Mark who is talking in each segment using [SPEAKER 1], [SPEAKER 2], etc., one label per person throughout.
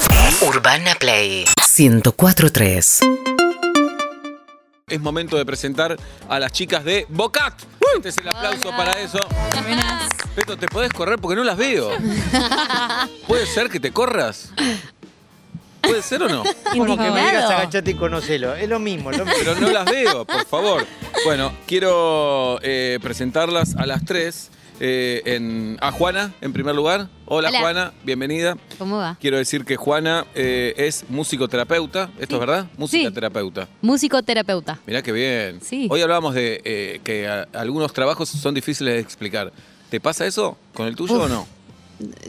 [SPEAKER 1] Play. Urbana Play 104.3
[SPEAKER 2] Es momento de presentar a las chicas de Bocat. Este es el aplauso
[SPEAKER 3] Hola.
[SPEAKER 2] para eso.
[SPEAKER 3] Buenas.
[SPEAKER 2] Peto, ¿te podés correr? Porque no las veo. ¿Puede ser que te corras? ¿Puede ser o no?
[SPEAKER 4] Como que me digas
[SPEAKER 3] Claro.
[SPEAKER 4] agachate y conocelo. Es lo mismo, lo mismo.
[SPEAKER 2] Pero no las veo, por favor. Bueno, quiero eh, presentarlas a las tres. eh, en- a Juana, en primer lugar. Hola,
[SPEAKER 3] Hola.
[SPEAKER 2] Juana, bienvenida.
[SPEAKER 3] ¿Cómo va?
[SPEAKER 2] Quiero decir que Juana eh, es musicoterapeuta. ¿Esto es verdad? Musicoterapeuta.
[SPEAKER 3] Músico-terapeuta.
[SPEAKER 2] Mirá qué bien.
[SPEAKER 3] Sí.
[SPEAKER 2] Hoy hablábamos de eh, que a- algunos trabajos son difíciles de explicar. ¿Te pasa eso con el tuyo
[SPEAKER 3] Uf,
[SPEAKER 2] o no?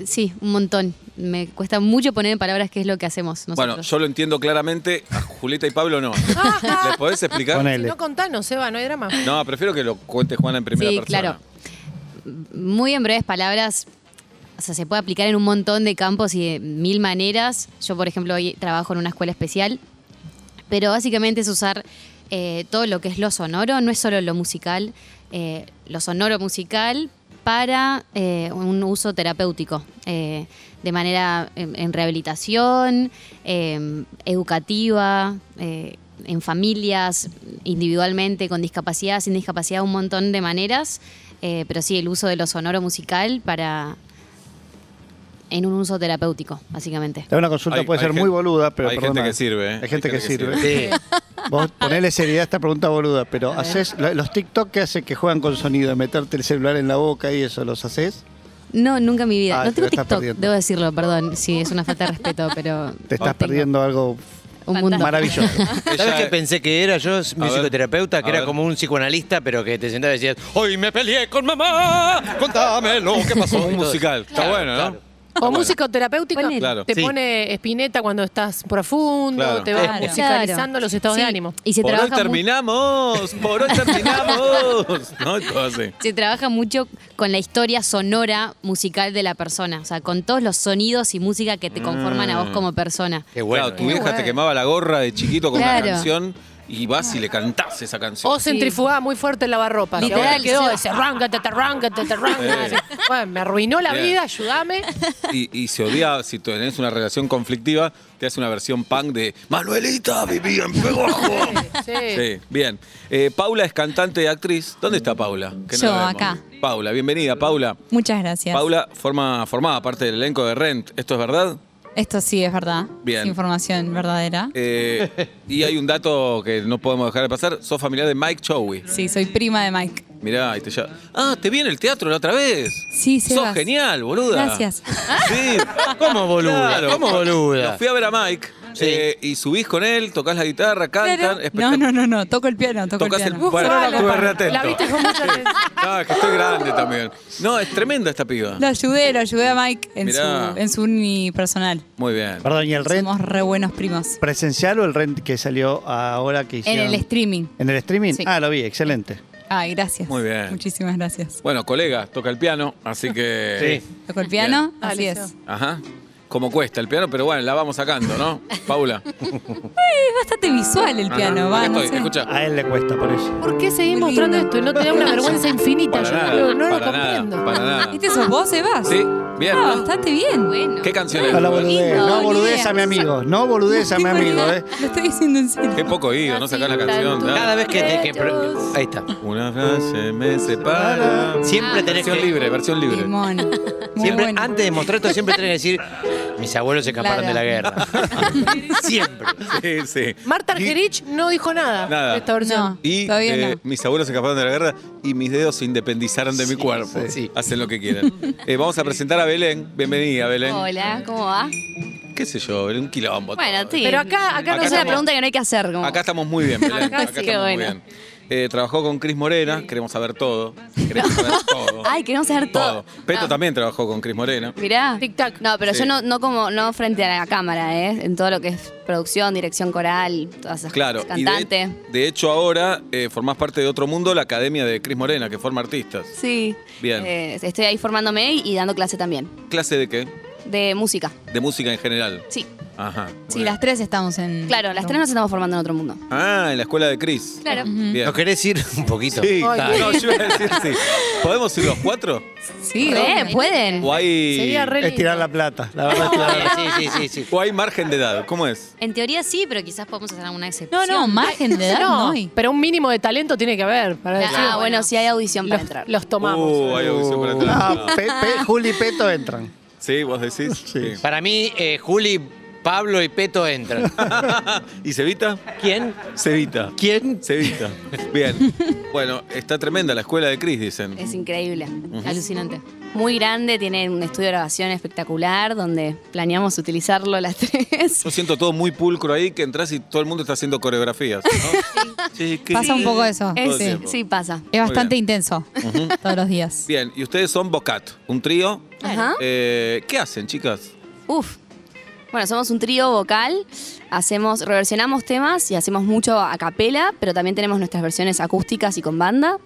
[SPEAKER 3] Sí, un montón. Me cuesta mucho poner en palabras qué es lo que hacemos nosotros.
[SPEAKER 2] Bueno, yo lo entiendo claramente. A Julieta y Pablo no. ¿Les podés explicar?
[SPEAKER 4] Ponele.
[SPEAKER 5] No contanos, Seba, no hay drama.
[SPEAKER 2] No, prefiero que lo cuente Juana en primera
[SPEAKER 3] Sí,
[SPEAKER 2] persona.
[SPEAKER 3] claro. Muy en breves palabras, o sea, se puede aplicar en un montón de campos y de mil maneras. Yo, por ejemplo, hoy trabajo en una escuela especial, pero básicamente es usar eh, todo lo que es lo sonoro, no es solo lo musical, eh, lo sonoro musical para eh, un uso terapéutico, eh, de manera en, en rehabilitación, eh, educativa, eh, en familias, individualmente, con discapacidad, sin discapacidad, un montón de maneras, eh, pero sí el uso de lo sonoro musical para en un uso terapéutico, básicamente.
[SPEAKER 6] Una consulta
[SPEAKER 2] Hay-
[SPEAKER 6] puede
[SPEAKER 2] hay
[SPEAKER 6] ser
[SPEAKER 2] gen-
[SPEAKER 6] muy boluda, pero
[SPEAKER 2] hay
[SPEAKER 6] perdona.
[SPEAKER 2] gente que sirve, ¿eh?
[SPEAKER 6] Hay gente que sirve. Vos ponele seriedad a esta pregunta boluda, pero haces lo- los TikTok que hacen que juegan con sonido, de meterte el celular en la boca y eso, ¿los haces?
[SPEAKER 3] No, nunca en mi vida.
[SPEAKER 6] Ah,
[SPEAKER 3] no
[SPEAKER 6] te
[SPEAKER 3] tengo
[SPEAKER 6] lo estás
[SPEAKER 3] TikTok,
[SPEAKER 6] perdiendo.
[SPEAKER 3] debo decirlo, perdón. Sí, es una falta de respeto, pero
[SPEAKER 6] Te estás
[SPEAKER 2] tengo.
[SPEAKER 6] perdiendo algo
[SPEAKER 3] un mundo.
[SPEAKER 6] maravilloso.
[SPEAKER 2] Ella-
[SPEAKER 4] ¿Sabes qué pensé que era? Yo, musicoterapeuta,
[SPEAKER 2] a
[SPEAKER 4] que era
[SPEAKER 2] ver.
[SPEAKER 4] como un psicoanalista, pero que te sentabas y decías, hoy me peleé con mamá, contame lo que pasó.
[SPEAKER 2] Un musical. Está bueno, ¿no?
[SPEAKER 5] O
[SPEAKER 2] bueno.
[SPEAKER 5] músico terapéutico
[SPEAKER 3] Ponele.
[SPEAKER 2] Claro.
[SPEAKER 5] te
[SPEAKER 4] Sí.
[SPEAKER 5] pone espineta cuando estás profundo,
[SPEAKER 2] Claro.
[SPEAKER 5] te va
[SPEAKER 3] Claro.
[SPEAKER 5] musicalizando los estados de
[SPEAKER 3] Sí,
[SPEAKER 5] ánimo.
[SPEAKER 3] Y se
[SPEAKER 2] por hoy
[SPEAKER 3] trabaja, mu-
[SPEAKER 2] terminamos. Por hoy terminamos. no, todo así.
[SPEAKER 3] se trabaja mucho con la historia sonora musical de la persona, o sea, con todos los sonidos y música que te conforman a vos
[SPEAKER 2] Mm.
[SPEAKER 3] como persona.
[SPEAKER 4] Qué bueno.
[SPEAKER 2] Claro, tu
[SPEAKER 4] ¿eh?
[SPEAKER 2] vieja te
[SPEAKER 5] bueno.
[SPEAKER 2] quemaba la gorra de chiquito con
[SPEAKER 3] Claro.
[SPEAKER 2] una canción y vas y le cantás esa canción.
[SPEAKER 5] O centrifugaba muy fuerte el lavarropa. Y
[SPEAKER 3] Literal,
[SPEAKER 5] ahora te quedó
[SPEAKER 3] Seba.
[SPEAKER 5] ese ranga, te ranga, te ranga.
[SPEAKER 2] Sí.
[SPEAKER 5] Bueno, me arruinó la
[SPEAKER 2] Bien.
[SPEAKER 5] vida, ayúdame.
[SPEAKER 2] Y, y se odia, si tenés una relación conflictiva, te hace una versión punk de Manuelita vivía en Pegojo.
[SPEAKER 5] Sí.
[SPEAKER 2] Sí, bien. Eh, Paula es cantante y actriz. ¿Dónde está Paula? Que no
[SPEAKER 7] Yo,
[SPEAKER 2] la vemos.
[SPEAKER 7] acá.
[SPEAKER 2] Paula, bienvenida, Paula.
[SPEAKER 7] Muchas gracias.
[SPEAKER 2] Paula forma, formaba parte del elenco de Rent. ¿Esto es verdad?
[SPEAKER 7] Esto sí es verdad.
[SPEAKER 2] Bien.
[SPEAKER 7] Es información verdadera.
[SPEAKER 2] Eh, y hay un dato que no podemos dejar de pasar. Sos familiar de Mike Chowie.
[SPEAKER 7] Sí, soy prima de Mike.
[SPEAKER 2] Mirá, y te llama- Ah, te vi en el teatro la otra vez.
[SPEAKER 7] Sí,
[SPEAKER 2] Sos
[SPEAKER 7] Sebas.
[SPEAKER 2] genial, boluda.
[SPEAKER 7] Gracias.
[SPEAKER 2] Sí.
[SPEAKER 4] ¿Cómo boluda? ¿Cómo boluda?
[SPEAKER 2] Ah, Lo fui a ver a Mike
[SPEAKER 4] Sí.
[SPEAKER 2] eh, y subís con él, tocas la guitarra, cantan.
[SPEAKER 7] Claro. No, no, no, no. Toco el piano, toco
[SPEAKER 2] Tocas
[SPEAKER 7] el
[SPEAKER 2] el
[SPEAKER 7] piano.
[SPEAKER 2] bueno,
[SPEAKER 5] Búscala,
[SPEAKER 2] estuve re atento.
[SPEAKER 5] La viste con mucha atención.
[SPEAKER 2] No, es que estoy grande también. No, es tremenda esta piba.
[SPEAKER 7] Lo ayudé, lo ayudé a Mike en
[SPEAKER 2] Mirá.
[SPEAKER 7] su, en su unipersonal.
[SPEAKER 2] Muy bien.
[SPEAKER 6] Perdón, ¿y el rent
[SPEAKER 7] Somos re buenos primos.
[SPEAKER 6] presencial o el rent que salió ahora que
[SPEAKER 7] En
[SPEAKER 6] hicieron?
[SPEAKER 7] el streaming.
[SPEAKER 6] ¿En el streaming?
[SPEAKER 7] Sí.
[SPEAKER 6] Ah, lo vi, excelente.
[SPEAKER 7] Ay, gracias.
[SPEAKER 2] Muy bien.
[SPEAKER 7] Muchísimas gracias.
[SPEAKER 2] Bueno, colega, toca el piano, así que.
[SPEAKER 4] Sí.
[SPEAKER 7] Toco el piano,
[SPEAKER 2] Bien.
[SPEAKER 7] así
[SPEAKER 5] Dale,
[SPEAKER 7] es.
[SPEAKER 5] Seba.
[SPEAKER 2] Ajá. Como cuesta el piano, pero bueno, la vamos sacando, ¿no? Paula.
[SPEAKER 7] Es bastante
[SPEAKER 8] Ah.
[SPEAKER 7] visual el piano,
[SPEAKER 2] Ajá.
[SPEAKER 7] va,
[SPEAKER 2] Acá
[SPEAKER 7] no
[SPEAKER 2] estoy,
[SPEAKER 5] eh.
[SPEAKER 7] sé.
[SPEAKER 2] escucha.
[SPEAKER 6] A él le cuesta por eso.
[SPEAKER 5] ¿Por qué seguís
[SPEAKER 7] Muy
[SPEAKER 5] mostrando
[SPEAKER 7] lindo.
[SPEAKER 5] esto? No te da una vergüenza infinita.
[SPEAKER 2] Para
[SPEAKER 5] Yo
[SPEAKER 2] nada,
[SPEAKER 5] no, lo- no lo
[SPEAKER 2] para nada,
[SPEAKER 5] comprendo.
[SPEAKER 2] para nada.
[SPEAKER 7] ¿Viste sos vos, Sebas?
[SPEAKER 2] Sí, bien.
[SPEAKER 7] Ah,
[SPEAKER 2] ¿no?
[SPEAKER 7] bastante bien.
[SPEAKER 3] Bueno.
[SPEAKER 2] ¿Qué canción es?
[SPEAKER 6] No la boludez,
[SPEAKER 7] lindo,
[SPEAKER 6] no boludez
[SPEAKER 7] lindo.
[SPEAKER 6] a mi amigo, no boludez a mi amigo, ¿eh?
[SPEAKER 7] Lo estoy diciendo en serio.
[SPEAKER 2] Qué poco oído, no sacás la canción. ¿no?
[SPEAKER 4] Cada vez que, te- que-
[SPEAKER 5] Ellos.
[SPEAKER 4] Ahí está.
[SPEAKER 2] Una frase me separa.
[SPEAKER 4] Siempre tenés
[SPEAKER 2] Versión
[SPEAKER 4] que...
[SPEAKER 2] libre, versión libre.
[SPEAKER 7] Limón. Ah. Muy
[SPEAKER 4] Siempre,
[SPEAKER 7] bueno.
[SPEAKER 4] Antes de mostrar esto, siempre tenés que decir, mis abuelos se escaparon
[SPEAKER 7] Claro.
[SPEAKER 4] de la guerra. siempre.
[SPEAKER 2] Sí, sí.
[SPEAKER 5] Marta
[SPEAKER 2] Y-
[SPEAKER 5] Argerich no dijo nada,
[SPEAKER 2] Nada.
[SPEAKER 5] de esta versión.
[SPEAKER 7] No.
[SPEAKER 2] Y
[SPEAKER 7] Todavía
[SPEAKER 2] eh,
[SPEAKER 7] no.
[SPEAKER 2] mis abuelos se escaparon de la guerra y mis dedos se independizaron de mi cuerpo.
[SPEAKER 4] sí.
[SPEAKER 2] Hacen lo que quieran. Eh, vamos a presentar a Belén. Bienvenida, Belén.
[SPEAKER 8] Hola, ¿cómo va?
[SPEAKER 2] ¿Qué sé yo? Belén, Un quilombo.
[SPEAKER 8] Bueno,
[SPEAKER 2] todo.
[SPEAKER 8] sí.
[SPEAKER 5] Pero acá, acá,
[SPEAKER 2] Acá
[SPEAKER 8] es
[SPEAKER 5] no
[SPEAKER 8] una
[SPEAKER 5] se
[SPEAKER 2] estamos.
[SPEAKER 8] pregunta que no hay que hacer. Como...
[SPEAKER 2] Acá estamos muy bien, Belén. Acá,
[SPEAKER 8] Acá sí,
[SPEAKER 2] estamos
[SPEAKER 8] qué
[SPEAKER 2] muy
[SPEAKER 8] bueno.
[SPEAKER 2] bien. Eh, trabajó con Cris Morena, queremos saber todo. Queremos saber todo.
[SPEAKER 8] Ay, queremos saber todo.
[SPEAKER 2] Peto también trabajó con Cris Morena.
[SPEAKER 8] Mirá.
[SPEAKER 5] Tic-tac.
[SPEAKER 8] No, pero
[SPEAKER 2] Sí.
[SPEAKER 8] yo no, no como, no frente a la cámara, ¿eh? En todo lo que es producción, dirección coral, todas esas
[SPEAKER 2] Claro.
[SPEAKER 8] cosas.
[SPEAKER 2] y de-
[SPEAKER 8] Cantante.
[SPEAKER 2] de, hecho, ahora eh, formás parte de otro mundo, la Academia de Cris Morena, que forma artistas.
[SPEAKER 8] Sí.
[SPEAKER 2] Bien.
[SPEAKER 8] Eh, estoy ahí formándome y, y dando clase también.
[SPEAKER 2] ¿Clase de qué?
[SPEAKER 8] De de música.
[SPEAKER 2] De música en general.
[SPEAKER 8] Sí.
[SPEAKER 2] Ajá.
[SPEAKER 7] Sí, las tres estamos en.
[SPEAKER 8] Claro, las tres nos estamos formando en otro mundo.
[SPEAKER 2] Ah, en la escuela de Chris.
[SPEAKER 8] Claro.
[SPEAKER 2] Bien.
[SPEAKER 4] ¿No querés ir un poquito?
[SPEAKER 2] Sí,
[SPEAKER 5] Ay,
[SPEAKER 2] dale. no, yo iba a decir sí. ¿Podemos ir los cuatro?
[SPEAKER 7] Sí,
[SPEAKER 8] Re,
[SPEAKER 7] obvio.
[SPEAKER 8] pueden.
[SPEAKER 2] ¿O hay,
[SPEAKER 5] Sería re
[SPEAKER 6] Es tirar
[SPEAKER 5] lindo.
[SPEAKER 6] la plata, la verdad es tirar la plata.
[SPEAKER 4] Sí, sí, sí, sí.
[SPEAKER 2] o hay margen de edad? ¿Cómo es?
[SPEAKER 3] En teoría sí, pero quizás podemos hacer alguna
[SPEAKER 7] No,
[SPEAKER 3] excepción.
[SPEAKER 7] no, margen de edad no
[SPEAKER 5] No,
[SPEAKER 7] hay.
[SPEAKER 5] pero un mínimo de talento tiene que haber. Para
[SPEAKER 3] Claro.
[SPEAKER 5] decir,
[SPEAKER 8] Ah, bueno,
[SPEAKER 3] bueno.
[SPEAKER 8] sí hay audición para
[SPEAKER 5] los,
[SPEAKER 8] entrar.
[SPEAKER 5] los tomamos.
[SPEAKER 2] Uh, hay audición para entrar.
[SPEAKER 6] Ah, Pe- Pe- Juli y Peto entran.
[SPEAKER 2] Sí, vos decís.
[SPEAKER 6] Sí.
[SPEAKER 4] Para mí, eh, Juli, Pablo y Peto entran.
[SPEAKER 2] ¿Y Cevita?
[SPEAKER 4] ¿Quién?
[SPEAKER 2] Cevita.
[SPEAKER 4] ¿Quién?
[SPEAKER 2] Cevita. Bien. Bueno, está tremenda la escuela de Chris, dicen.
[SPEAKER 8] Es increíble.
[SPEAKER 3] Alucinante.
[SPEAKER 8] Muy grande, tiene un estudio de grabación espectacular donde planeamos utilizarlo las tres.
[SPEAKER 2] Yo siento todo muy pulcro ahí, que entras y todo el mundo está haciendo coreografías. ¿no? Sí, que-
[SPEAKER 7] Pasa un poco eso.
[SPEAKER 2] Todo
[SPEAKER 8] Es-
[SPEAKER 2] el
[SPEAKER 7] sí.
[SPEAKER 2] tiempo.
[SPEAKER 8] sí, pasa.
[SPEAKER 7] Es bastante intenso todos los días.
[SPEAKER 2] Bien, y ustedes son Bocat, un trío.
[SPEAKER 8] Ajá.
[SPEAKER 2] Eh, ¿Qué hacen, chicas?
[SPEAKER 8] Uf. Bueno, somos un trío vocal, hacemos, reversionamos temas y hacemos mucho a capela, pero también tenemos nuestras versiones acústicas y con banda.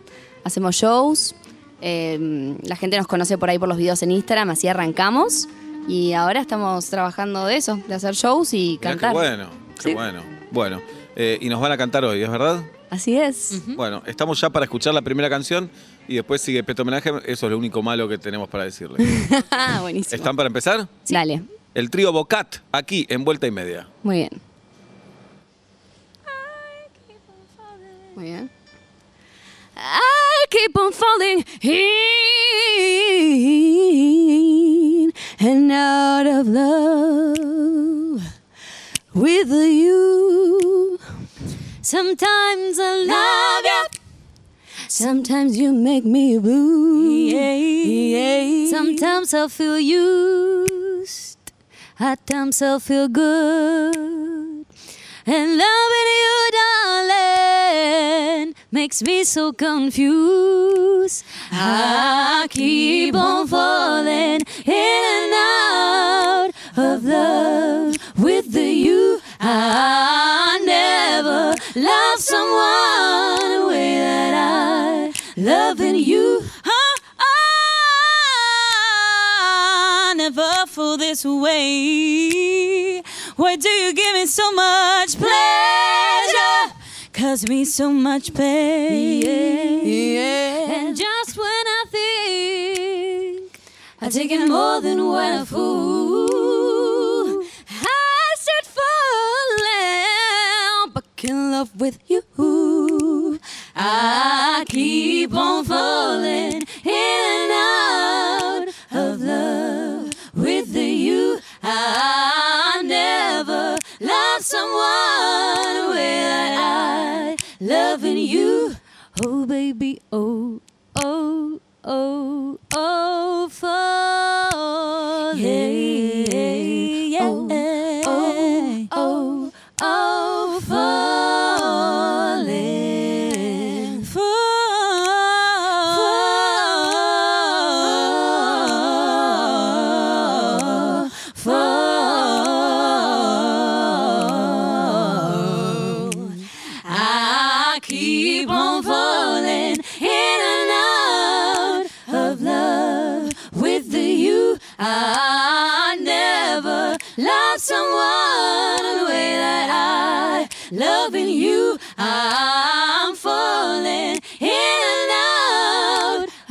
[SPEAKER 8] Hacemos shows, eh, la gente nos conoce por ahí por los videos en Instagram, así arrancamos. Y ahora estamos trabajando de eso, de hacer shows y
[SPEAKER 2] Mirá,
[SPEAKER 8] cantar.
[SPEAKER 2] Qué bueno, qué
[SPEAKER 8] Sí.
[SPEAKER 2] bueno. Bueno, eh, y nos van a cantar hoy, ¿es verdad?
[SPEAKER 8] Así es.
[SPEAKER 2] Bueno, estamos ya para escuchar la primera canción y después sigue Peto Homenaje. Eso es lo único malo que tenemos para decirle.
[SPEAKER 8] Buenísimo.
[SPEAKER 2] ¿Están para empezar?
[SPEAKER 8] Dale,
[SPEAKER 2] El trío Bocat, aquí, en Vuelta y Media.
[SPEAKER 8] muy bien. Muy bien. I keep on falling in and out of love with you. Sometimes I love you. Sometimes you make me blue. Sometimes I feel used. At times I feel good. And loving you, darling, makes me so confused. I keep on falling in and out of love with the you. I never loved someone the way that I loving you. I, I Ah, never feel this way. Why do you give me so much pleasure? Cause me so much pain. And just when I think I've taken more than what I fool, I start falling back in love with you. I keep on falling in and out of love with you. I never loved someone without I loving you. Oh, baby, oh, oh, oh, oh, falling. Oh, oh, oh, oh, falling. Fall, fall, fall. I keep on falling in and out of love with the you. I never loved someone the way that I loving you. I'm falling in and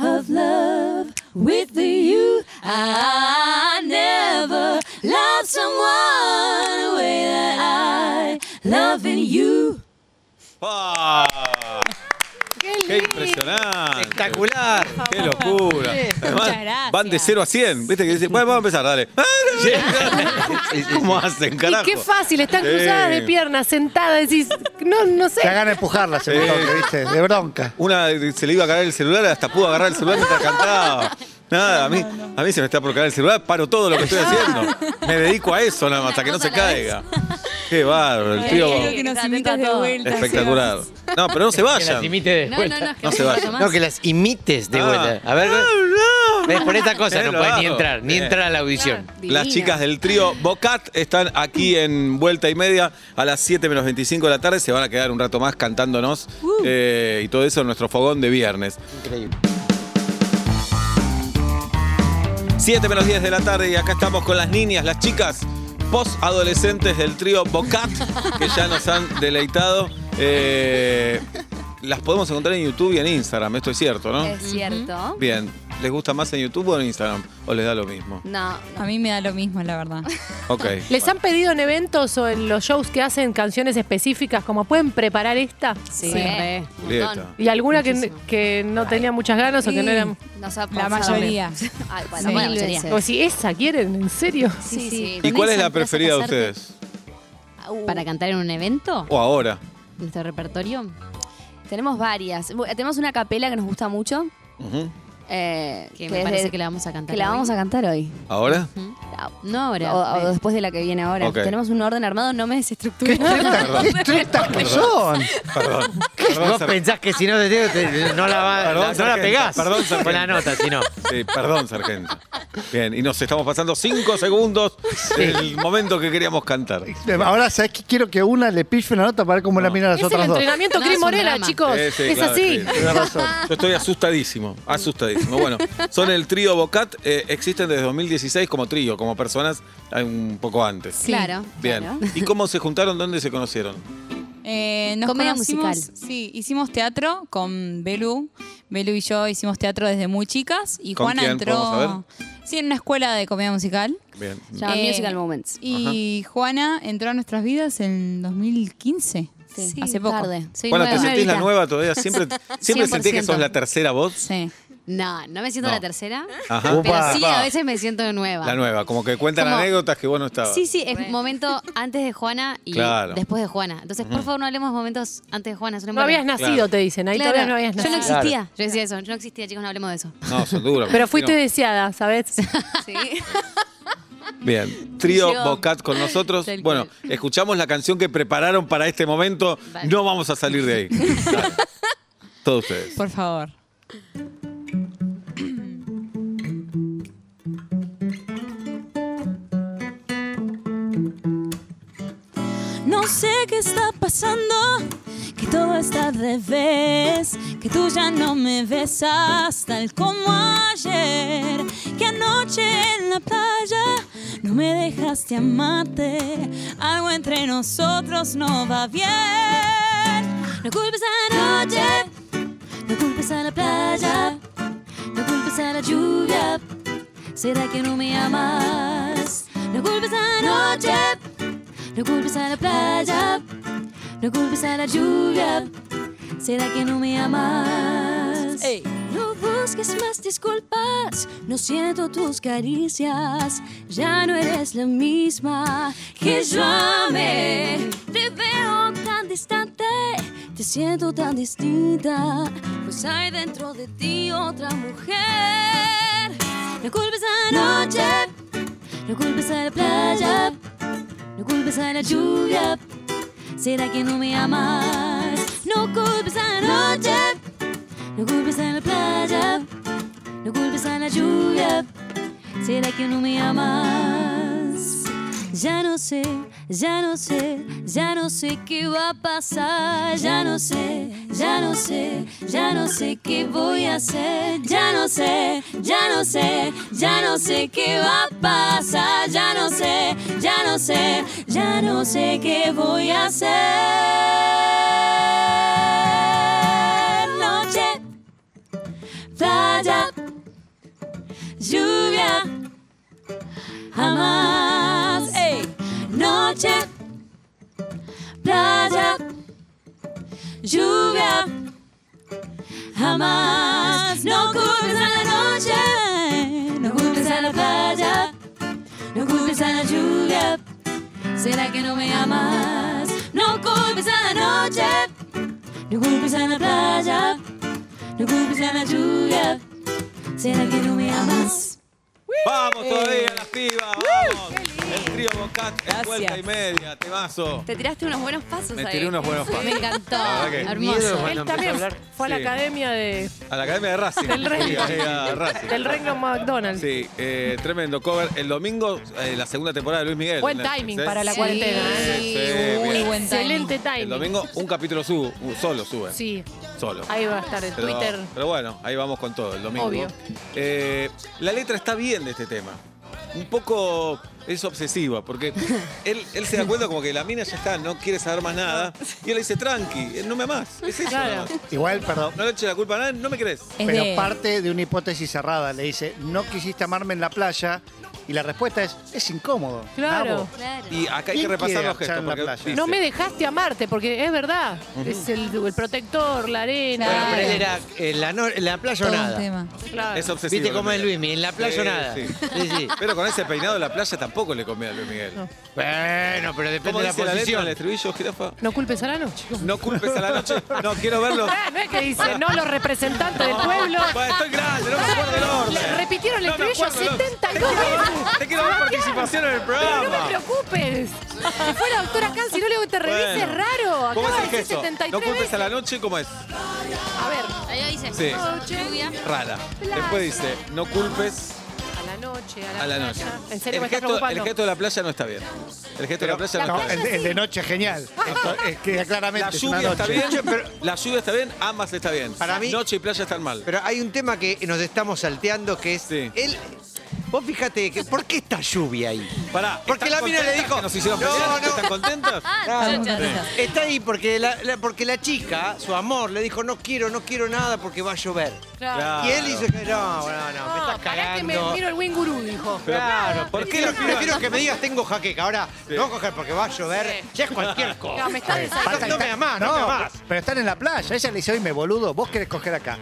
[SPEAKER 8] out of love with the you. I never loved someone the way that I loving you.
[SPEAKER 2] ¡Qué impresionante!
[SPEAKER 4] Espectacular.
[SPEAKER 2] ¡Qué locura! Además,
[SPEAKER 7] gracias.
[SPEAKER 2] van de 0 a 100. ¿Viste que dicen? Bueno, vamos a empezar, dale. ¿Cómo hacen,
[SPEAKER 5] Y
[SPEAKER 2] carajo?
[SPEAKER 5] qué fácil, están
[SPEAKER 2] Sí.
[SPEAKER 5] cruzadas de piernas, sentadas, decís, no, no sé.
[SPEAKER 6] Te hagan empujarla, se me toque, ¿viste? De bronca.
[SPEAKER 2] Una se le iba a caer el celular, hasta pudo agarrar el celular mientras cantaba. Nada, a mí, a mí se me está por caer el celular, paro todo lo que estoy haciendo. Me dedico a eso nada más, hasta que no se caiga. Qué bárbaro, el tío.
[SPEAKER 7] Quiero que nos invites de vuelta.
[SPEAKER 2] Espectacular. No, pero no se
[SPEAKER 4] Que las
[SPEAKER 2] vayan. Ah.
[SPEAKER 4] imite de
[SPEAKER 3] No,
[SPEAKER 4] vuelta.
[SPEAKER 3] no, no, es que
[SPEAKER 2] No se
[SPEAKER 3] no
[SPEAKER 2] vayan.
[SPEAKER 3] más.
[SPEAKER 4] No, que las imites de
[SPEAKER 2] Ah.
[SPEAKER 4] vuelta. A ver, ves, por esta cosa
[SPEAKER 2] Eh,
[SPEAKER 4] no
[SPEAKER 2] lo
[SPEAKER 4] puedes ni
[SPEAKER 2] hago.
[SPEAKER 4] entrar, ni
[SPEAKER 2] Bien.
[SPEAKER 4] entrar a la audición.
[SPEAKER 2] Las chicas del trío Bocat están aquí en Vuelta y Media a las 7 menos 25 de la tarde. Se van a quedar un rato más cantándonos eh, y todo eso en nuestro fogón de viernes. 7 menos 10 de la tarde y acá estamos con las niñas, las chicas post-adolescentes del trío Bocat, que ya nos han deleitado. Eh, las podemos encontrar en YouTube y en Instagram, esto es cierto, ¿no?
[SPEAKER 9] Es cierto.
[SPEAKER 2] Bien, ¿les gusta más en YouTube o en Instagram? ¿O les da lo mismo?
[SPEAKER 9] No,
[SPEAKER 7] A mí me da lo mismo, la verdad.
[SPEAKER 2] Ok.
[SPEAKER 5] ¿Les han pedido en eventos o en los shows que hacen canciones específicas como pueden preparar esta?
[SPEAKER 3] Sí,
[SPEAKER 9] Sí.
[SPEAKER 3] re.
[SPEAKER 2] Julieta.
[SPEAKER 5] ¿Y alguna que,
[SPEAKER 3] Muchísimo.
[SPEAKER 5] que no tenía muchas ganas o que no
[SPEAKER 7] Sí.
[SPEAKER 5] eran?
[SPEAKER 9] nos ha
[SPEAKER 7] La
[SPEAKER 9] pasado.
[SPEAKER 7] mayoría.
[SPEAKER 9] Ay, bueno,
[SPEAKER 7] Sí.
[SPEAKER 9] bueno,
[SPEAKER 3] Mil
[SPEAKER 9] sería.
[SPEAKER 5] O si esa quieren, ¿en serio?
[SPEAKER 9] Sí, sí. Ah, uh.
[SPEAKER 2] ¿Y cuál es la
[SPEAKER 7] Permiso,
[SPEAKER 2] preferida de
[SPEAKER 7] ¿vas a casarte?
[SPEAKER 2] ustedes?
[SPEAKER 3] ¿Para cantar en un evento?
[SPEAKER 2] ¿O ahora?
[SPEAKER 3] ¿Nuestro repertorio?
[SPEAKER 9] Tenemos varias. Bu- Tenemos una capela que nos gusta mucho.
[SPEAKER 2] Ujú.
[SPEAKER 9] eh,
[SPEAKER 3] Que me parece que la vamos a
[SPEAKER 9] que
[SPEAKER 3] cantar.
[SPEAKER 9] la vamos a cantar hoy.
[SPEAKER 2] ¿Ahora?
[SPEAKER 3] No ahora.
[SPEAKER 9] O, o
[SPEAKER 3] eh.
[SPEAKER 9] después de la que viene ahora.
[SPEAKER 2] Ok.
[SPEAKER 9] Tenemos un orden armado, no me
[SPEAKER 6] ¿Qué
[SPEAKER 9] desestructures.
[SPEAKER 6] estrictas, qué estrictas que son?
[SPEAKER 2] Perdón.
[SPEAKER 10] Vos
[SPEAKER 2] Perdón, Sar-
[SPEAKER 10] pensás que si no te digo, te- no la, va-
[SPEAKER 2] Perdón,
[SPEAKER 10] no la
[SPEAKER 2] sargento,
[SPEAKER 10] pegás
[SPEAKER 2] perdón,
[SPEAKER 10] con la
[SPEAKER 2] sargento.
[SPEAKER 10] nota, si no.
[SPEAKER 2] Sí, perdón, sargento. Bien, y nos estamos pasando cinco segundos del momento que queríamos cantar.
[SPEAKER 6] Ahora, ¿sabes qué? Quiero que una le pife una nota para ver cómo la miran las
[SPEAKER 5] Es el
[SPEAKER 6] otras dos.
[SPEAKER 5] entrenamiento
[SPEAKER 3] No,
[SPEAKER 5] Cris
[SPEAKER 3] es un
[SPEAKER 5] Morena,
[SPEAKER 3] drama.
[SPEAKER 5] chicos.
[SPEAKER 2] Sí, sí,
[SPEAKER 5] es
[SPEAKER 2] claro,
[SPEAKER 5] así.
[SPEAKER 2] sí, tenés razón. Yo estoy asustadísimo, asustadísimo. Bueno, son el trío Bocat, eh, existen desde 2016 como trío, como personas eh, un poco antes.
[SPEAKER 3] Claro.
[SPEAKER 2] Bien.
[SPEAKER 3] claro.
[SPEAKER 2] ¿Y cómo se juntaron? ¿Dónde se conocieron?
[SPEAKER 7] Eh, nos
[SPEAKER 3] Comedia
[SPEAKER 7] conocimos-
[SPEAKER 3] musical.
[SPEAKER 7] Sí, hicimos teatro con Belu. Belu y yo hicimos teatro desde muy chicas. Y
[SPEAKER 2] ¿Con
[SPEAKER 7] Juana
[SPEAKER 2] quién?
[SPEAKER 7] entró.
[SPEAKER 2] ¿Podemos
[SPEAKER 7] Sí, en una escuela de comedia musical.
[SPEAKER 2] Bien.
[SPEAKER 9] Llama
[SPEAKER 7] Eh,
[SPEAKER 9] Musical Moments.
[SPEAKER 7] Y Juana entró a nuestras vidas en 2015.
[SPEAKER 9] Sí,
[SPEAKER 7] hace poco.
[SPEAKER 9] tarde.
[SPEAKER 3] Soy
[SPEAKER 2] bueno, ¿te
[SPEAKER 3] nueva.
[SPEAKER 2] sentís la nueva todavía? ¿Siempre, siempre sentís que
[SPEAKER 3] 100%.
[SPEAKER 2] sos la tercera voz?
[SPEAKER 7] Sí.
[SPEAKER 3] No, no me siento
[SPEAKER 2] No.
[SPEAKER 3] la tercera.
[SPEAKER 2] Ajá.
[SPEAKER 3] Pero
[SPEAKER 6] Upa.
[SPEAKER 3] sí, a veces me siento nueva.
[SPEAKER 2] La nueva, como que cuentan
[SPEAKER 3] Como-
[SPEAKER 2] anécdotas que vos no estabas.
[SPEAKER 3] Sí, sí, es momento antes de Juana y
[SPEAKER 2] Claro.
[SPEAKER 3] después de Juana. Entonces, por favor, no hablemos de momentos antes de Juana. es un
[SPEAKER 5] No habías
[SPEAKER 3] embole.
[SPEAKER 5] nacido,
[SPEAKER 2] Claro.
[SPEAKER 5] te dicen. Ahí
[SPEAKER 3] Claro.
[SPEAKER 5] todavía no habías
[SPEAKER 3] Yo no
[SPEAKER 5] nacido.
[SPEAKER 3] existía. Yo decía eso. Yo no existía, chicos, no hablemos de eso.
[SPEAKER 2] No, son duras.
[SPEAKER 5] Pero fuiste
[SPEAKER 2] No.
[SPEAKER 5] deseada, ¿sabes?
[SPEAKER 9] Sí.
[SPEAKER 2] Bien, trío
[SPEAKER 9] Yo.
[SPEAKER 2] Bocat con nosotros.
[SPEAKER 3] Tal
[SPEAKER 2] Bueno, escuchamos la canción que prepararon para este momento.
[SPEAKER 3] Vale.
[SPEAKER 2] No vamos a salir de ahí. Dale. Todos ustedes.
[SPEAKER 7] Por favor.
[SPEAKER 8] No sé qué está pasando, que todo está al revés, que tú ya no me besas tal como ayer, que anoche en la playa no me dejaste amarte, algo entre nosotros no va bien. No culpes a la noche, no culpes a la playa, no culpes a la lluvia, será que no me amas. No culpes a la noche. No culpes a la playa, no culpes a la lluvia. ¿Será que no me amas? No busques más disculpas, no siento tus caricias. Ya no eres la misma que yo amé. Te veo tan distante, te siento tan distinta. Pues hay dentro de ti otra mujer. No culpes a la noche, no culpes a la playa. No culpes a la lluvia, será que no me amas. No culpes a la noche, no culpes a la playa, no culpes a la lluvia, será que no me amas. Ya no sé, ya no sé, ya no sé qué va a pasar. Ya no sé, ya no sé, ya no sé qué voy a hacer. Ya no sé, ya no sé, ya no sé qué va a pasar. Ya no sé, ya no sé, ya no sé qué voy a hacer. Noche, playa, lluvia, jamás. Noche, playa, lluvia, jamás. No culpes a la noche, no culpes a la playa, no culpes a la lluvia. ¿Será que no me amas? No culpes a la noche, no culpes a la playa, no culpes a la lluvia. ¿Será que no me amas?
[SPEAKER 2] Vamos todavía, las pibas. Vamos. El trío Bocat en
[SPEAKER 9] Gracias.
[SPEAKER 2] vuelta y media, temazo.
[SPEAKER 9] Te tiraste unos buenos pasos
[SPEAKER 2] Me
[SPEAKER 9] ahí.
[SPEAKER 2] tiré unos buenos pasos.
[SPEAKER 9] Me encantó.
[SPEAKER 2] La verdad que-
[SPEAKER 9] Hermoso.
[SPEAKER 5] Él también fue a la
[SPEAKER 2] Sí.
[SPEAKER 5] academia de,
[SPEAKER 2] A la Academia de Racing.
[SPEAKER 5] Del Rey.
[SPEAKER 2] Sí, a Racing.
[SPEAKER 5] del Reino McDonald's.
[SPEAKER 2] Sí, eh, tremendo cover. El domingo, eh, la segunda temporada de Luis Miguel.
[SPEAKER 5] Buen
[SPEAKER 2] en Netflix,
[SPEAKER 5] timing
[SPEAKER 2] ¿eh?
[SPEAKER 5] para la
[SPEAKER 2] Sí,
[SPEAKER 5] cuarentena. ¿eh?
[SPEAKER 2] sí, bien.
[SPEAKER 7] buen timing.
[SPEAKER 5] Excelente timing.
[SPEAKER 2] El domingo un capítulo sube, un- solo sube.
[SPEAKER 5] Sí,
[SPEAKER 2] Solo.
[SPEAKER 5] ahí va a estar el
[SPEAKER 2] Pero,
[SPEAKER 5] Twitter.
[SPEAKER 2] pero bueno, ahí vamos con todo el domingo.
[SPEAKER 5] Obvio.
[SPEAKER 2] Eh, la letra está bien de este tema. Un poco es obsesiva, porque él, él se da cuenta como que la mina ya está, no quiere saber más nada. Y él le dice, tranqui, eh, no me amás. Es eso.
[SPEAKER 5] Claro.
[SPEAKER 2] nada más.
[SPEAKER 6] Igual, perdón.
[SPEAKER 2] No le eche la culpa a nadie, no me querés.
[SPEAKER 7] Es
[SPEAKER 6] pero
[SPEAKER 7] de-
[SPEAKER 6] parte de una hipótesis cerrada. Le dice, no quisiste amarme en la playa. Y la respuesta es, es incómodo.
[SPEAKER 5] Claro.
[SPEAKER 6] nabo.
[SPEAKER 9] Claro.
[SPEAKER 2] Y acá hay que
[SPEAKER 6] ¿Quién
[SPEAKER 2] repasar
[SPEAKER 6] quiere
[SPEAKER 2] los
[SPEAKER 6] archar
[SPEAKER 2] gestos.
[SPEAKER 6] en la
[SPEAKER 2] porque
[SPEAKER 6] playa?
[SPEAKER 2] dice-
[SPEAKER 5] No me dejaste amarte, porque es verdad. Es el, el protector, la arena.
[SPEAKER 7] Claro.
[SPEAKER 10] Bueno, pero él era en la, no- en la playa o
[SPEAKER 7] Todo un
[SPEAKER 10] nada.
[SPEAKER 7] tema.
[SPEAKER 5] Claro.
[SPEAKER 2] Es obsesivo.
[SPEAKER 10] Viste cómo es
[SPEAKER 2] Luis Miguel.
[SPEAKER 10] Luismi, en la playa o
[SPEAKER 2] Sí,
[SPEAKER 10] nada.
[SPEAKER 2] sí.
[SPEAKER 10] Sí, sí.
[SPEAKER 2] Pero con ese peinado de la playa tampoco le comía a Luis Miguel.
[SPEAKER 10] Bueno, pero depende
[SPEAKER 2] ¿Cómo
[SPEAKER 10] de la
[SPEAKER 2] dice la letra
[SPEAKER 10] posición.
[SPEAKER 2] del estribillo, jirafa?
[SPEAKER 5] No culpes a la noche.
[SPEAKER 2] No culpes a la noche. No, quiero verlo.
[SPEAKER 5] Ah, ¿no es que dice no los representantes del pueblo?
[SPEAKER 2] Bueno, estoy grande, no me acuerdo del
[SPEAKER 5] Le
[SPEAKER 2] orden.
[SPEAKER 5] repitieron el
[SPEAKER 2] No me
[SPEAKER 5] estribillo
[SPEAKER 2] acuerdo del orden.
[SPEAKER 5] 72 veces.
[SPEAKER 2] Te quiero ver participación en el
[SPEAKER 5] Pero no
[SPEAKER 2] programa.
[SPEAKER 5] me preocupes. Si fue la doctora Khan, si no le te
[SPEAKER 2] Bueno.
[SPEAKER 5] revise, es raro.
[SPEAKER 2] ¿Cómo
[SPEAKER 5] Acaba
[SPEAKER 2] es
[SPEAKER 5] de
[SPEAKER 2] el
[SPEAKER 5] decir
[SPEAKER 2] gesto? No
[SPEAKER 5] 73
[SPEAKER 2] culpes a
[SPEAKER 5] veces.
[SPEAKER 2] la noche, ¿cómo es?
[SPEAKER 5] A ver,
[SPEAKER 3] Ahí lo dice.
[SPEAKER 2] Sí.
[SPEAKER 3] Lluvia.
[SPEAKER 2] Rara. Después dice, no culpes
[SPEAKER 5] a la noche, a la,
[SPEAKER 2] a la noche.
[SPEAKER 5] playa. En serio,
[SPEAKER 2] El
[SPEAKER 5] me
[SPEAKER 2] gesto,
[SPEAKER 5] está
[SPEAKER 2] el
[SPEAKER 5] preocupando.
[SPEAKER 2] gesto de la playa no está bien. El gesto de la playa no
[SPEAKER 6] No,
[SPEAKER 2] está
[SPEAKER 6] el,
[SPEAKER 2] bien.
[SPEAKER 6] el de noche es genial. Esto- es que claramente
[SPEAKER 2] Ah. La
[SPEAKER 6] es una
[SPEAKER 2] lluvia
[SPEAKER 6] noche.
[SPEAKER 2] está bien, la lluvia está bien, ambas está bien.
[SPEAKER 10] Para mí-
[SPEAKER 2] Noche y playa están mal.
[SPEAKER 10] Pero hay un tema que nos estamos salteando que es
[SPEAKER 2] Sí.
[SPEAKER 10] él. Vos fíjate, que, ¿por qué esta lluvia ahí?
[SPEAKER 2] Pará,
[SPEAKER 10] Porque la
[SPEAKER 2] ¿están
[SPEAKER 10] mina le
[SPEAKER 2] contentas
[SPEAKER 10] dijo,
[SPEAKER 2] que nos hicieron
[SPEAKER 10] "No,
[SPEAKER 2] pelear?
[SPEAKER 10] no".
[SPEAKER 2] ¿Están contentas?
[SPEAKER 10] Ah,
[SPEAKER 7] ya, ya.
[SPEAKER 10] está ahí porque la, la- porque la chica, su amor, le dijo, no quiero, no quiero nada porque va a llover.
[SPEAKER 2] Claro.
[SPEAKER 10] Y él hizo que, no, no, no, me estás
[SPEAKER 5] No, pará que me
[SPEAKER 10] cagando.
[SPEAKER 5] miro el Winguru, dijo.
[SPEAKER 2] Pero,
[SPEAKER 10] Claro,
[SPEAKER 2] ¿por qué
[SPEAKER 10] prefiero,
[SPEAKER 2] la piba-
[SPEAKER 10] prefiero que me digas tengo jaqueca. Ahora,
[SPEAKER 2] Sí.
[SPEAKER 10] no coger porque va a llover. Ya es cualquier cosa.
[SPEAKER 5] No, me está
[SPEAKER 10] Falta-
[SPEAKER 5] desayunando.
[SPEAKER 10] no me amás, no, me amás.
[SPEAKER 6] Pero están en la playa. Ella le dice, oye, me boludo, vos querés coger acá.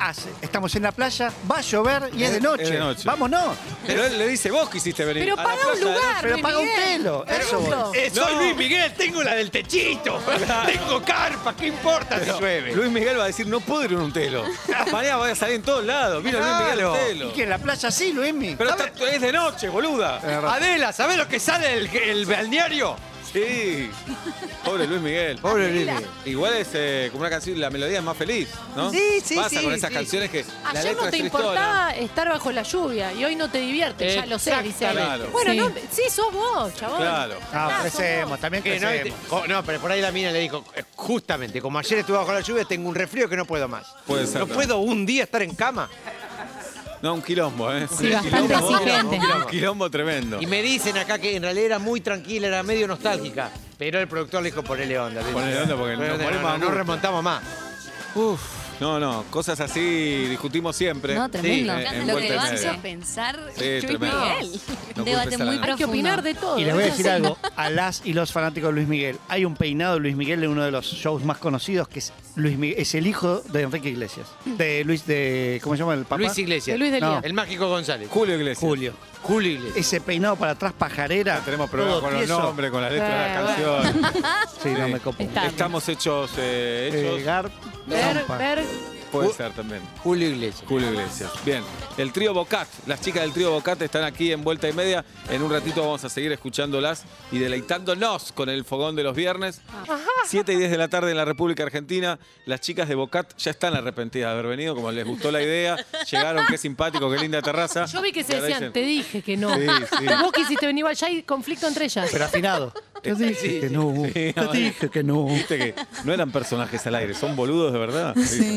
[SPEAKER 6] Hace- estamos en la playa, va a llover y es de noche.
[SPEAKER 2] de noche.
[SPEAKER 6] Vámonos.
[SPEAKER 2] Pero él le dice, vos quisiste venir.
[SPEAKER 5] Pero
[SPEAKER 2] a la
[SPEAKER 5] paga un
[SPEAKER 2] playa de
[SPEAKER 5] lugar,
[SPEAKER 6] Pero
[SPEAKER 5] Ah, Luis
[SPEAKER 6] paga un
[SPEAKER 5] Miguel.
[SPEAKER 6] pelo. Eso
[SPEAKER 5] Punto.
[SPEAKER 6] voy.
[SPEAKER 10] Eh, soy Luis Miguel, tengo la del techito. tengo carpa, ¿qué importa si llueve?
[SPEAKER 2] noche. Luis Miguel va a decir, no puedo ir en un telo. Mañana voy a salir en todos lados. Mira, Luis Miguel en un
[SPEAKER 10] Claro.
[SPEAKER 6] ¿Y
[SPEAKER 2] telo.
[SPEAKER 6] que en la playa sí, Luismi?
[SPEAKER 2] Pero está- es de noche, boluda.
[SPEAKER 10] Adela, ¿sabés lo que sale el, el balneario?
[SPEAKER 2] Sí. Pobre Luis Miguel.
[SPEAKER 10] Pobre Luis Miguel.
[SPEAKER 2] Igual es eh, como una canción, la melodía es más feliz, ¿no?
[SPEAKER 10] Sí, sí,
[SPEAKER 2] Pasa
[SPEAKER 10] sí,
[SPEAKER 2] con esas
[SPEAKER 10] sí.
[SPEAKER 2] canciones que la
[SPEAKER 5] Ayer
[SPEAKER 2] letra
[SPEAKER 5] no te
[SPEAKER 2] es tristona.
[SPEAKER 5] importaba estar bajo la lluvia y hoy no te divierte, ya lo sé, dice Ale.
[SPEAKER 2] Claro.
[SPEAKER 5] Bueno,
[SPEAKER 7] Sí.
[SPEAKER 5] no, sí, sos vos, chabón.
[SPEAKER 2] Claro.
[SPEAKER 6] No, Ah, crecemos, también
[SPEAKER 10] Que no,
[SPEAKER 6] crecemos.
[SPEAKER 10] oh, no, pero por ahí la mina le dijo, eh, justamente, como ayer estuve bajo la lluvia, tengo un resfrío que no puedo más.
[SPEAKER 2] Puede ser,
[SPEAKER 10] ¿No
[SPEAKER 2] ¿no?
[SPEAKER 10] puedo un día estar en cama?
[SPEAKER 2] No, un quilombo, ¿eh?
[SPEAKER 7] Sí,
[SPEAKER 2] Un
[SPEAKER 7] bastante
[SPEAKER 2] quilombo,
[SPEAKER 7] exigente.
[SPEAKER 2] Un quilombo, un quilombo tremendo.
[SPEAKER 10] Y me dicen acá que en realidad era muy tranquila, era medio nostálgica. Pero el productor le dijo, ponele onda. ¿viste?
[SPEAKER 2] Ponele onda porque nos
[SPEAKER 10] Ponele onda,
[SPEAKER 2] morimos
[SPEAKER 10] no,
[SPEAKER 2] de
[SPEAKER 10] no, no
[SPEAKER 2] angustia.
[SPEAKER 10] remontamos más.
[SPEAKER 2] No, no, cosas así discutimos siempre.
[SPEAKER 3] No, tremendo.
[SPEAKER 2] Sí, en- en
[SPEAKER 9] Lo que
[SPEAKER 2] vuelta y
[SPEAKER 9] va a
[SPEAKER 2] media.
[SPEAKER 9] hacer pensar
[SPEAKER 2] Sí,
[SPEAKER 9] Luis
[SPEAKER 2] tremendo.
[SPEAKER 9] Miguel.
[SPEAKER 2] No
[SPEAKER 3] Un debate
[SPEAKER 2] culpes a la
[SPEAKER 3] muy
[SPEAKER 2] nena.
[SPEAKER 5] Hay que
[SPEAKER 3] Profundo.
[SPEAKER 5] opinar de todo.
[SPEAKER 6] Y les voy a
[SPEAKER 5] ¿no?
[SPEAKER 6] decir algo, a las y los fanáticos de Luis Miguel, hay un peinado de Luis Miguel en uno de los shows más conocidos que es Luis Miguel, es el hijo de Enrique Iglesias, de Luis de ¿cómo se llama el papá?
[SPEAKER 10] Luis Iglesias.
[SPEAKER 5] De Luis de
[SPEAKER 6] No.
[SPEAKER 5] Lía.
[SPEAKER 10] El mágico González.
[SPEAKER 2] Julio Iglesias.
[SPEAKER 6] Julio.
[SPEAKER 10] Julio Iglesias.
[SPEAKER 6] Ese peinado para atrás pajarera.
[SPEAKER 2] Ya tenemos
[SPEAKER 6] todo
[SPEAKER 2] problemas con los
[SPEAKER 6] tieso.
[SPEAKER 2] nombres, con la letra
[SPEAKER 5] Ah,
[SPEAKER 2] de la canción.
[SPEAKER 6] Sí, no me copo.
[SPEAKER 7] Está.
[SPEAKER 2] Estamos hechos, eh,
[SPEAKER 6] Eh,
[SPEAKER 2] hechos.
[SPEAKER 6] Gar-
[SPEAKER 5] Ver,
[SPEAKER 6] Zampa.
[SPEAKER 5] ver,
[SPEAKER 6] Eh,
[SPEAKER 2] Puede ser también.
[SPEAKER 10] Julio Iglesias.
[SPEAKER 2] Julio Iglesias. Bien, el trío Bocat, las chicas del trío Bocat están aquí en Vuelta y Media. En un ratito vamos a seguir escuchándolas y deleitándonos con el fogón de los viernes. 7 y 10 de la tarde en la República Argentina. Las chicas de Bocat ya están arrepentidas de haber venido, como les gustó la idea. Llegaron, qué simpático, qué linda terraza.
[SPEAKER 5] yo vi que
[SPEAKER 2] Y
[SPEAKER 5] se
[SPEAKER 2] ahora
[SPEAKER 5] decían,
[SPEAKER 2] dicen,
[SPEAKER 5] te dije que no.
[SPEAKER 2] Sí, sí.
[SPEAKER 5] Vos quisiste venir igual, ya hay conflicto entre ellas.
[SPEAKER 6] Pero afinado. Te dije que no. Te dije que no.
[SPEAKER 2] Viste que no eran personajes al aire, son boludos de verdad. Sí.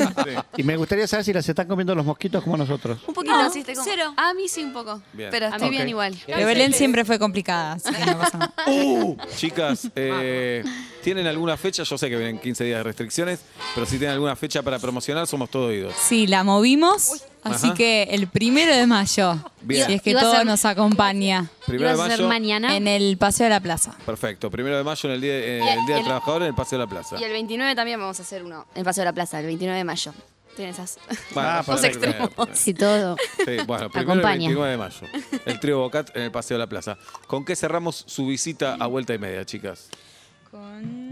[SPEAKER 6] Y me gustaría saber si las están comiendo los mosquitos como nosotros.
[SPEAKER 9] Un poquito,
[SPEAKER 7] No,
[SPEAKER 9] sí, estoy como-
[SPEAKER 7] cero.
[SPEAKER 8] ah,
[SPEAKER 9] A mí sí un poco.
[SPEAKER 2] Bien.
[SPEAKER 3] Ah,
[SPEAKER 9] Pero estoy
[SPEAKER 6] Ok.
[SPEAKER 9] bien igual.
[SPEAKER 7] Pero Belén siempre fue complicada, así que no pasa nada.
[SPEAKER 2] Uh, Chicas, eh, ¿tienen alguna fecha? Yo sé que vienen 15 días de restricciones, pero si tienen alguna fecha para promocionar, somos todos oídos.
[SPEAKER 7] Sí, la movimos, así
[SPEAKER 2] Ajá.
[SPEAKER 7] que el primero de mayo,
[SPEAKER 2] Bien.
[SPEAKER 7] si es que
[SPEAKER 3] Iba a
[SPEAKER 7] todo
[SPEAKER 3] ser-
[SPEAKER 7] nos acompaña,
[SPEAKER 2] Primero de
[SPEAKER 3] ¿Ibas a
[SPEAKER 2] mayo.
[SPEAKER 3] ser mañana?
[SPEAKER 7] en el Paseo de la Plaza.
[SPEAKER 2] Perfecto, primero de mayo en el Día, eh,
[SPEAKER 9] Y el-
[SPEAKER 2] el día del
[SPEAKER 9] el-
[SPEAKER 2] Trabajador en el Paseo de la Plaza.
[SPEAKER 9] Y el 29 también vamos a hacer uno. En Paseo de la Plaza, el 29 de mayo. Tienen esas.
[SPEAKER 2] Bueno,
[SPEAKER 6] Ah,
[SPEAKER 2] para
[SPEAKER 9] dos
[SPEAKER 2] ver,
[SPEAKER 9] extremos.
[SPEAKER 2] para ver.
[SPEAKER 3] Si todo.
[SPEAKER 2] Sí, bueno, primero el
[SPEAKER 3] Acompaña.
[SPEAKER 2] 29 de mayo. El trío Bocat en el Paseo de la Plaza. ¿Con qué cerramos su visita a vuelta y media, chicas?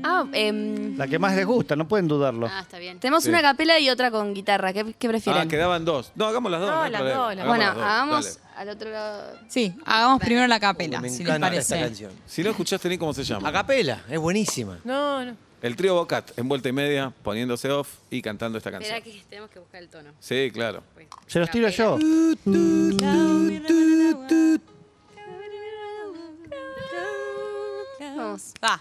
[SPEAKER 9] Ah, em,
[SPEAKER 6] La que más les gusta, no pueden dudarlo.
[SPEAKER 5] Ah,
[SPEAKER 3] Ah, está bien.
[SPEAKER 9] tenemos
[SPEAKER 2] Sí.
[SPEAKER 9] una capela y otra con guitarra. ¿Qué, qué prefieren?
[SPEAKER 2] Ah, quedaban dos. No, hagamos las dos.
[SPEAKER 9] No,
[SPEAKER 2] hay
[SPEAKER 9] las
[SPEAKER 2] problema.
[SPEAKER 9] dos, las
[SPEAKER 2] Hagamos
[SPEAKER 9] dos.
[SPEAKER 2] las dos,
[SPEAKER 9] Bueno, hagamos-
[SPEAKER 2] dale.
[SPEAKER 9] Al otro lado.
[SPEAKER 7] Sí, hagamos primero la capela,
[SPEAKER 10] Me
[SPEAKER 7] si les
[SPEAKER 10] encanta esta
[SPEAKER 7] parece.
[SPEAKER 10] canción.
[SPEAKER 2] Si no escuchaste ni cómo se llama.
[SPEAKER 10] A capela, es buenísima.
[SPEAKER 5] No, no.
[SPEAKER 2] El trío Bocat, en vuelta y media, poniéndose off y cantando esta canción.
[SPEAKER 3] Espera que tenemos que buscar el tono.
[SPEAKER 2] Sí, claro.
[SPEAKER 6] Se los tiro yo.
[SPEAKER 9] Vamos.
[SPEAKER 7] Va.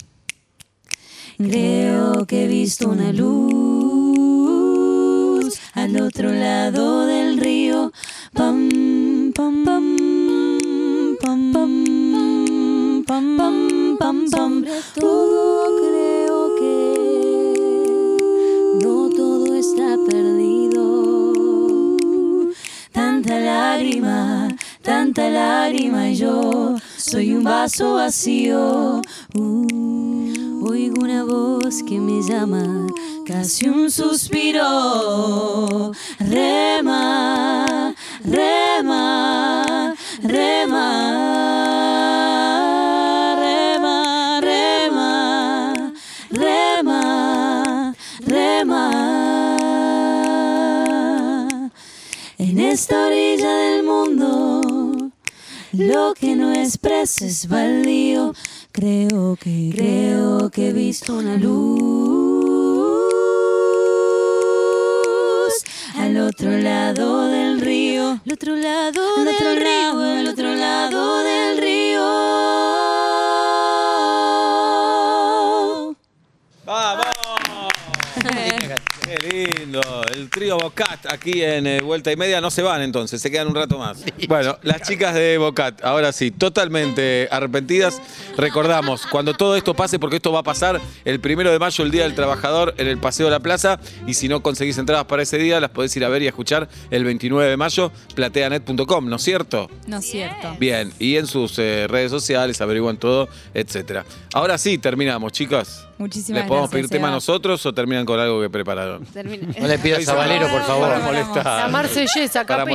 [SPEAKER 8] Creo que he visto una luz al otro lado del río. Pam, pam, pam, pam, pam, pam, pam, pam, pam. Oh, creo que no todo está perdido. Tanta lágrima, tanta lágrima y yo soy un vaso vacío. Oigo una voz que me llama, casi un suspiro. Rema, rema, rema, rema, rema, rema, rema. En esta orilla del mundo. Lo que no expreso es baldío. Creo que, creo que he visto una luz al otro lado del río. Al otro lado del río, al otro lado del río.
[SPEAKER 2] ¡Vamos! Qué lindo. El trío Bocat aquí en eh, Vuelta y Media. No se van entonces, se quedan un rato más. Bueno, las chicas de Bocat, ahora sí, totalmente arrepentidas. Recordamos, cuando todo esto pase, porque esto va a pasar el primero de mayo, el Día del Trabajador, en el Paseo de la Plaza. Y si no conseguís entradas para ese día, las podés ir a ver y a escuchar el 29 de mayo, plateanet.com, ¿no es cierto?
[SPEAKER 7] No es cierto.
[SPEAKER 2] Bien, y en sus eh, redes sociales averiguan todo, etcétera. Ahora sí, terminamos, chicas.
[SPEAKER 7] Muchísimas
[SPEAKER 2] ¿Les podemos pedir
[SPEAKER 7] gracias,
[SPEAKER 2] tema a
[SPEAKER 7] Seba.
[SPEAKER 2] nosotros o terminan con algo que prepararon?
[SPEAKER 3] Termina.
[SPEAKER 10] No le pidas a Valero, por
[SPEAKER 2] Para
[SPEAKER 10] favor.
[SPEAKER 2] molestar.
[SPEAKER 5] La Marsellesa,
[SPEAKER 2] Ah, Para
[SPEAKER 5] capella.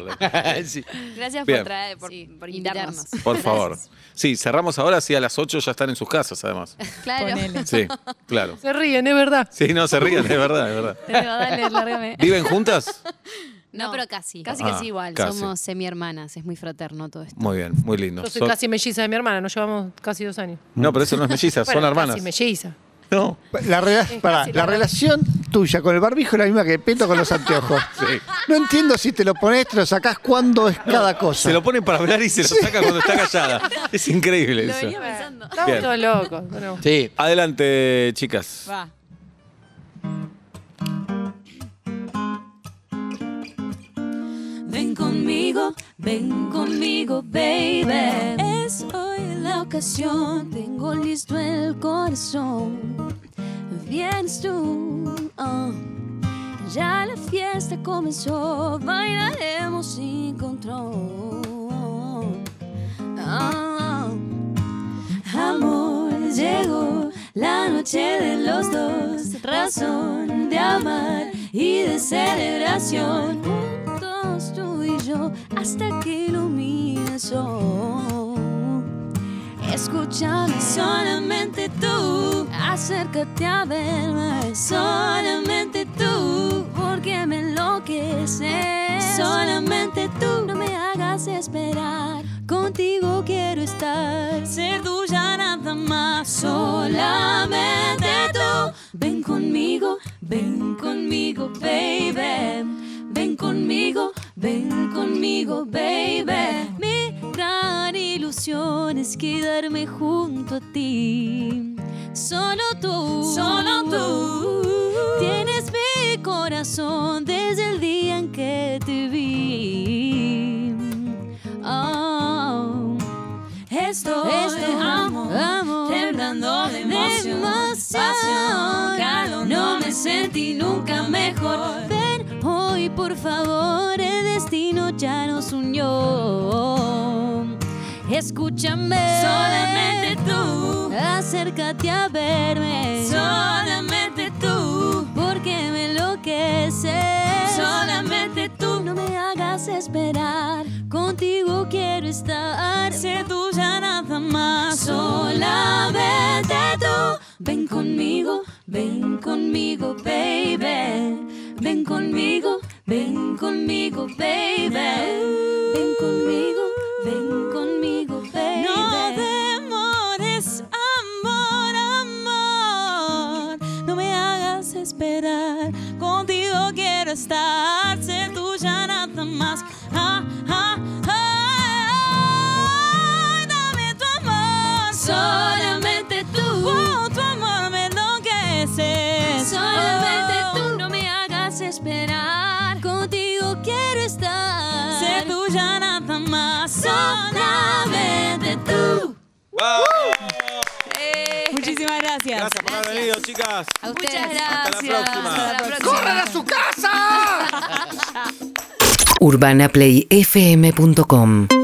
[SPEAKER 2] molestarle.
[SPEAKER 10] Sí.
[SPEAKER 9] Gracias
[SPEAKER 2] Bien.
[SPEAKER 9] por traer, por, por invitarnos.
[SPEAKER 2] Por favor. Sí, cerramos ahora, sí, a las 8 ya están en sus casas, además.
[SPEAKER 9] Claro.
[SPEAKER 7] Ponele.
[SPEAKER 2] Sí, claro.
[SPEAKER 5] Se ríen, es verdad.
[SPEAKER 2] Sí, no, se ríen, es verdad, es verdad.
[SPEAKER 9] Dale, lárgame.
[SPEAKER 2] ¿Viven juntas?
[SPEAKER 3] No,
[SPEAKER 9] No,
[SPEAKER 3] pero casi.
[SPEAKER 9] Casi
[SPEAKER 2] Ah,
[SPEAKER 9] que sí, igual.
[SPEAKER 2] casi.
[SPEAKER 3] Somos semi-hermanas, es muy fraterno todo esto.
[SPEAKER 2] Muy bien, muy lindo.
[SPEAKER 5] Yo soy
[SPEAKER 2] Son-
[SPEAKER 5] casi melliza de mi hermana, nos llevamos casi dos años.
[SPEAKER 2] No, pero eso no es melliza, son
[SPEAKER 5] Bueno,
[SPEAKER 2] hermanas.
[SPEAKER 5] Casi melliza.
[SPEAKER 2] No.
[SPEAKER 6] La, rela- pará,
[SPEAKER 5] fácil,
[SPEAKER 6] la
[SPEAKER 5] la verdad.
[SPEAKER 6] relación tuya con el barbijo es la misma que Peto con los anteojos. No entiendo si te lo pones, te lo sacás, cuándo es cada cosa.
[SPEAKER 2] Se lo ponen para hablar y se lo saca cuando está callada. Es increíble eso.
[SPEAKER 3] pensando.
[SPEAKER 5] Estamos
[SPEAKER 2] Bien.
[SPEAKER 5] todos locos. bueno.
[SPEAKER 10] Sí.
[SPEAKER 2] Adelante, chicas.
[SPEAKER 7] Va.
[SPEAKER 8] Ven conmigo, ven conmigo, baby. Es hoy la ocasión, tengo listo el corazón. Vienes tú, ah. ya la fiesta comenzó, bailaremos sin control. Ah. Amor, llegó la noche de los dos, razón de amar y de celebración. Juntos tú y yo hasta que Oh. ilumine el sol. Escúchame solamente tú, acércate a verme solamente tú, porque me enloqueces. Solamente tú, no me hagas esperar, contigo quiero estar, ser tuya nada más. Solamente tú, ven conmigo, ven conmigo, baby. Ven conmigo, ven conmigo, baby. Mi gran ilusión es quedarme junto a ti. Solo tú, solo tú. Tienes mi corazón desde el día en que te vi. Ah. Oh. Estoy, amo, amo, temblando, temblando de emoción. Pasión, calor, no me sentí nunca mejor.
[SPEAKER 11] Ven hoy, por favor, el destino ya nos unió. Escúchame.
[SPEAKER 8] Solamente tú.
[SPEAKER 11] Acércate a verme.
[SPEAKER 8] Solamente
[SPEAKER 11] tú. Porque me enloqueces.
[SPEAKER 8] Solamente
[SPEAKER 11] tú. No me hagas esperar. Contigo quiero estar.
[SPEAKER 8] Sé tuya nada más.
[SPEAKER 11] Solamente tú.
[SPEAKER 8] Ven conmigo, ven conmigo, baby. Ven conmigo, ven conmigo, baby. Ven conmigo, ven conmigo, baby. No demores, amor, amor. No me hagas esperar. Contigo quiero estar. Sé tuya nada más. Ah, ah, ah. Dame tu amor.
[SPEAKER 11] Solamente tú.
[SPEAKER 8] Oh, tu amor me enloquece.
[SPEAKER 11] Solamente
[SPEAKER 8] Oh.
[SPEAKER 11] tú no me hagas esperar. Contigo quiero estar.
[SPEAKER 8] Sé tuya nada más.
[SPEAKER 11] Solamente tú.
[SPEAKER 2] ¡Vamos!
[SPEAKER 8] Muchísimas gracias.
[SPEAKER 2] Gracias por haber venido, chicas.
[SPEAKER 11] A ustedes. Muchas
[SPEAKER 2] Hasta la próxima.
[SPEAKER 11] ¡Corran a su casa!
[SPEAKER 1] urbanaplayfm.com